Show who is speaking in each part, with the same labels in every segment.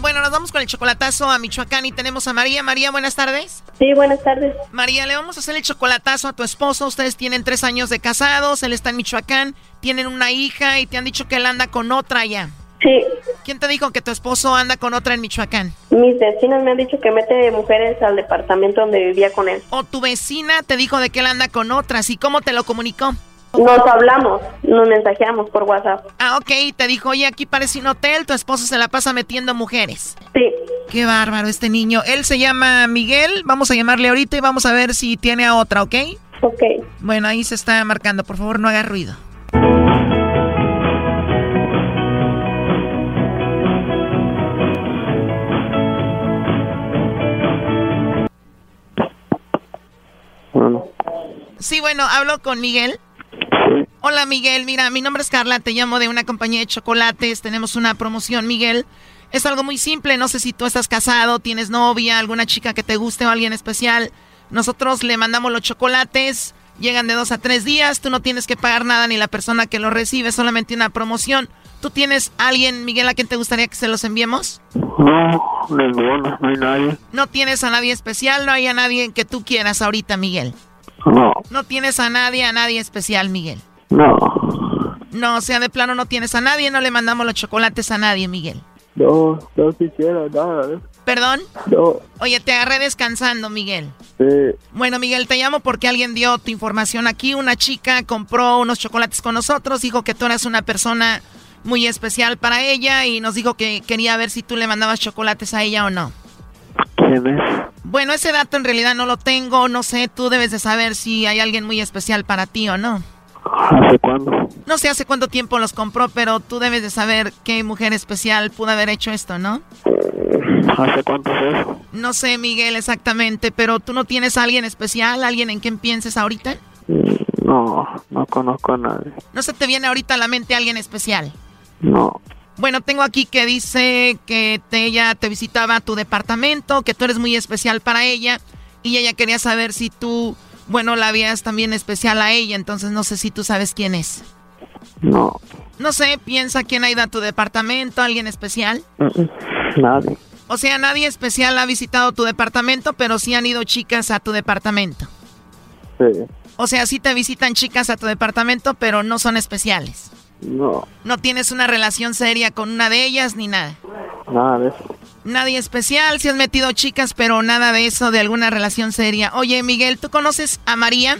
Speaker 1: Bueno, nos vamos con el chocolatazo a Michoacán y tenemos a María. María, buenas tardes.
Speaker 2: Sí, buenas tardes.
Speaker 1: María, le vamos a hacer el chocolatazo a tu esposo. Ustedes tienen tres años de casados, él está en Michoacán, tienen una hija y te han dicho que él anda con otra ya.
Speaker 2: Sí,
Speaker 1: ¿Quién te dijo que tu esposo anda con otra en Michoacán?
Speaker 2: mis vecinos me han dicho que mete mujeres al departamento donde vivía con él.
Speaker 1: ¿O tu vecina te dijo de que él anda con otras y cómo te lo comunicó?
Speaker 2: Nos hablamos, nos mensajeamos por WhatsApp.
Speaker 1: Ah, ok, y te dijo, oye, aquí parece un hotel, tu esposo se la pasa metiendo mujeres.
Speaker 2: Sí,
Speaker 1: Qué bárbaro este niño. Él se llama Miguel, vamos a llamarle ahorita y vamos a ver si tiene a otra, ¿ok?
Speaker 2: ok.
Speaker 1: Bueno, ahí se está marcando. Por favor, no haga ruido.
Speaker 3: Bueno,
Speaker 1: Sí, bueno, hablo con Miguel. Hola, Miguel. Mira, mi nombre es Carla. Te llamo de una compañía de chocolates. Tenemos una promoción, Miguel. Es algo muy simple. No sé si tú estás casado, tienes novia, alguna chica que te guste o alguien especial. Nosotros le mandamos los chocolates. Llegan de dos a tres días. Tú no tienes que pagar nada ni la persona que los recibe. Solamente una promoción. ¿Tú tienes alguien, Miguel, a quien te gustaría que se los enviemos?
Speaker 3: no, ninguno, no hay nadie.
Speaker 1: No tienes a nadie especial. No hay a nadie que tú quieras ahorita, Miguel.
Speaker 3: No,
Speaker 1: No tienes a nadie, a nadie especial, Miguel.
Speaker 3: no,
Speaker 1: No, o sea, de plano no tienes a nadie, no le mandamos los chocolates a nadie, Miguel.
Speaker 3: no, no quisiera nada. ¿eh?
Speaker 1: Perdón.
Speaker 3: No,
Speaker 1: Oye, te agarré descansando, Miguel.
Speaker 3: sí,
Speaker 1: Bueno, Miguel, te llamo porque alguien dio tu información aquí. Una chica compró unos chocolates con nosotros, dijo que tú eras una persona muy especial para ella y nos dijo que quería ver si tú le mandabas chocolates a ella o no.
Speaker 3: ¿quién es?
Speaker 1: Bueno, ese dato en realidad no lo tengo, no sé, tú debes de saber si hay alguien muy especial para ti o no.
Speaker 3: ¿Hace cuándo?
Speaker 1: No sé hace cuánto tiempo los compró, pero tú debes de saber qué mujer especial pudo haber hecho esto, ¿no?
Speaker 3: ¿Hace cuánto es eso?
Speaker 1: No sé, Miguel, exactamente, pero tú no tienes a alguien especial, alguien en quien pienses ahorita.
Speaker 3: Mm, No, no conozco a nadie.
Speaker 1: No se te viene ahorita a la mente alguien especial.
Speaker 3: No,
Speaker 1: Bueno, tengo aquí que dice que te- ella te visitaba a tu departamento, que tú eres muy especial para ella y ella quería saber si tú, bueno, la habías también especial a ella, entonces no sé si tú sabes quién es.
Speaker 3: no,
Speaker 1: No sé, piensa quién ha ido a tu departamento, alguien especial.
Speaker 3: mm, nadie.
Speaker 1: O sea, nadie especial ha visitado tu departamento, pero sí han ido chicas a tu departamento.
Speaker 3: Sí,
Speaker 1: O sea, sí te visitan chicas a tu departamento, pero no son especiales.
Speaker 3: no,
Speaker 1: No tienes una relación seria con una de ellas ni nada.
Speaker 3: nada de eso.
Speaker 1: Nadie especial, si has metido chicas, pero nada de eso, de alguna relación seria. Oye, Miguel, ¿tú conoces a María?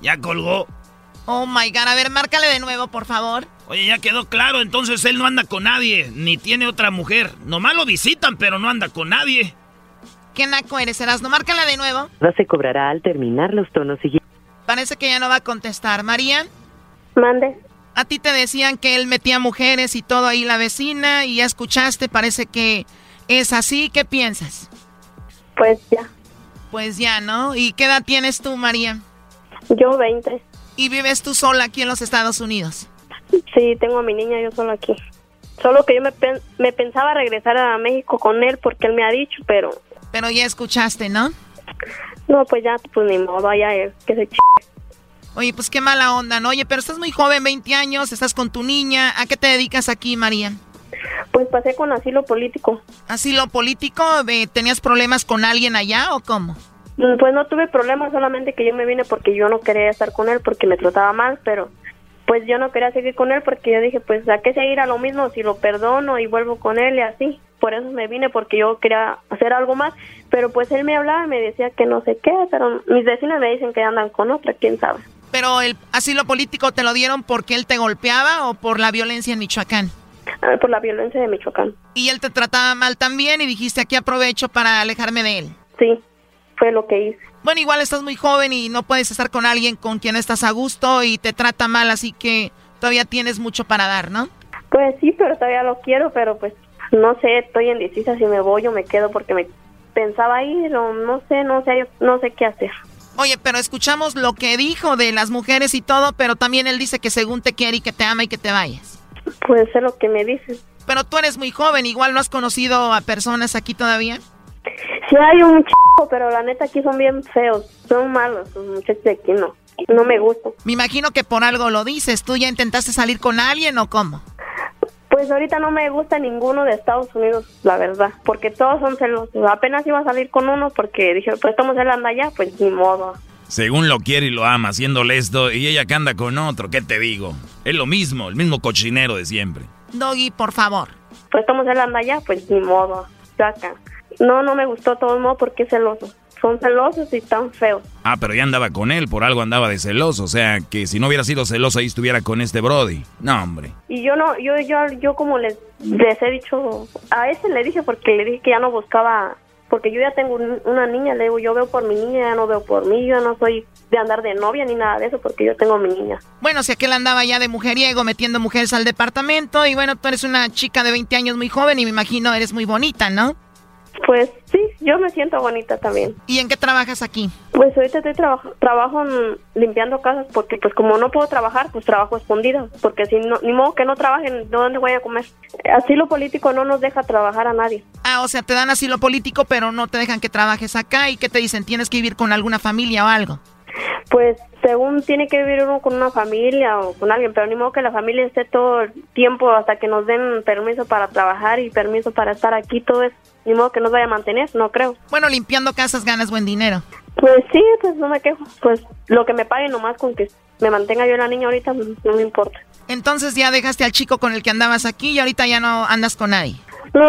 Speaker 4: Ya colgó.
Speaker 1: Oh my god, a ver, márcale de nuevo, por favor.
Speaker 4: Oye, ya quedó claro, entonces él no anda con nadie, ni tiene otra mujer. Nomás lo visitan, pero no anda con nadie.
Speaker 1: ¿Qué naco eres, Erasno? Márcala de nuevo.
Speaker 5: se cobrará al terminar los tonos siguientes.
Speaker 1: Parece que ya no va a contestar. María,
Speaker 2: Mande.
Speaker 1: a ti te decían que él metía mujeres y todo ahí la vecina, y ya escuchaste, parece que es así. ¿Qué piensas?
Speaker 2: Pues ya.
Speaker 1: Pues ya, ¿no? ¿Y qué edad tienes tú, María?
Speaker 2: Yo 20.
Speaker 1: ¿Y vives tú sola aquí en los Estados Unidos?
Speaker 2: Sí, tengo a mi niña yo solo aquí. Solo que yo me, pen- me pensaba regresar a México con él porque él me ha dicho, pero
Speaker 1: Pero ya escuchaste, ¿no?
Speaker 2: no, pues ya, pues ni modo, allá él, que se ch...
Speaker 1: Oye, pues qué mala onda, ¿no? Oye, pero estás muy joven, 20 años, estás con tu niña. ¿A qué te dedicas aquí, María?
Speaker 2: Pues pasé con asilo político.
Speaker 1: ¿Asilo político? Eh, ¿Tenías problemas con alguien allá o cómo?
Speaker 2: Mm, Pues no tuve problemas, solamente que yo me vine porque yo no quería estar con él porque me trataba mal, pero pues yo no quería seguir con él porque yo dije, pues a qué seguir a lo mismo si lo perdono y vuelvo con él y así. Por eso me vine porque yo quería hacer algo más, pero pues él me hablaba y me decía que no sé qué, pero mis vecinos me dicen que andan con otra, quién sabe.
Speaker 1: Pero el asilo político te lo dieron porque él te golpeaba o por la violencia en Michoacán.
Speaker 2: Ah, Por la violencia de Michoacán.
Speaker 1: Y él te trataba mal también y dijiste aquí aprovecho para alejarme de él.
Speaker 2: Sí, fue lo que hice.
Speaker 1: Bueno, igual estás muy joven y no puedes estar con alguien con quien no estás a gusto y te trata mal, así que todavía tienes mucho para dar, ¿no?
Speaker 2: Pues sí, pero todavía lo quiero, pero pues no sé, estoy indecisa si me voy o me quedo porque me pensaba ir o no sé, no sé, no sé qué hacer.
Speaker 1: Oye, pero escuchamos lo que dijo de las mujeres y todo, pero también él dice que según te quiere y que te ama y que te vayas.
Speaker 2: Pues es lo que me dicen.
Speaker 1: Pero tú eres muy joven, igual no has conocido a personas aquí todavía.
Speaker 2: Sí hay un chico, pero la neta aquí son bien feos, son malos, los muchachos de aquí no, no me gustan.
Speaker 1: Me imagino que por algo lo dices. ¿Tú ya intentaste salir con alguien o cómo?
Speaker 2: Pues ahorita no me gusta ninguno de Estados Unidos, la verdad, porque todos son celosos. Apenas iba a salir con uno porque dije, pues estamos él anda allá, pues ni modo.
Speaker 4: Según lo quiere y lo ama, haciéndole esto, y ella que anda con otro, ¿qué te digo? Es lo mismo, el mismo cochinero de siempre.
Speaker 1: Doggy, por favor.
Speaker 2: Pues estamos él anda allá, pues ni modo. Saca. No, no me gustó de todos modos porque es celoso. Son celosos y tan feos.
Speaker 4: Ah, pero ya andaba con él, por algo andaba de celoso, o sea, que si no hubiera sido celoso ahí estuviera con este Brody. No, hombre.
Speaker 2: Y yo no, yo, yo, yo como les, les he dicho, a ese le dije porque le dije que ya no buscaba, porque yo ya tengo un- una niña, le digo, yo veo por mi niña, ya no veo por mí, yo no soy de andar de novia ni nada de eso porque yo tengo mi niña.
Speaker 1: Bueno, si aquel andaba ya de mujeriego metiendo mujeres al departamento y bueno, tú eres una chica de 20 años muy joven y me imagino eres muy bonita, ¿no?
Speaker 2: Pues sí, yo me siento bonita también.
Speaker 1: ¿Y en qué trabajas aquí?
Speaker 2: Pues ahorita estoy traba- trabajo en- limpiando casas porque pues como no puedo trabajar, pues trabajo escondida, porque si no, ni modo que no trabajen, ¿de dónde voy a comer? Así lo político no nos deja trabajar a nadie.
Speaker 1: Ah, o sea, te dan asilo político, pero no te dejan que trabajes acá y que te dicen tienes que vivir con alguna familia o algo.
Speaker 2: Pues según tiene que vivir uno con una familia o con alguien, pero ni modo que la familia esté todo el tiempo hasta que nos den permiso para trabajar y permiso para estar aquí, todo eso. Ni modo que nos vaya a mantener, no creo.
Speaker 1: Bueno, limpiando casas ganas buen dinero.
Speaker 2: Pues sí, pues no me quejo. Pues lo que me paguen nomás con que me mantenga yo la niña ahorita pues, no me importa.
Speaker 1: Entonces ya dejaste al chico con el que andabas aquí y ahorita ya no andas con nadie.
Speaker 2: No,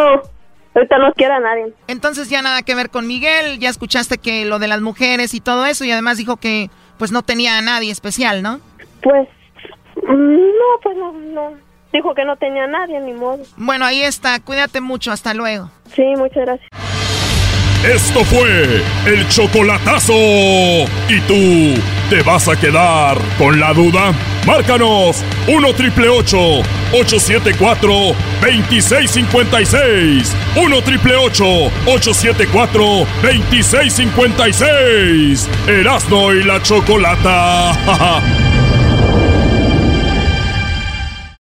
Speaker 2: ahorita no quiero a nadie.
Speaker 1: Entonces ya nada que ver con Miguel, ya escuchaste que lo de las mujeres y todo eso y además dijo que pues no tenía a nadie especial, ¿no?
Speaker 2: Pues mm, no, pues no, no. Dijo que no tenía a nadie, ni modo.
Speaker 1: Bueno, ahí está, cuídate mucho, hasta luego.
Speaker 2: Sí, muchas gracias.
Speaker 6: Esto fue el chocolatazo. ¿Y tú te vas a quedar con la duda? Márcanos 1 triple 874 2656. 1 triple 874 2656. Erasno y la chocolata.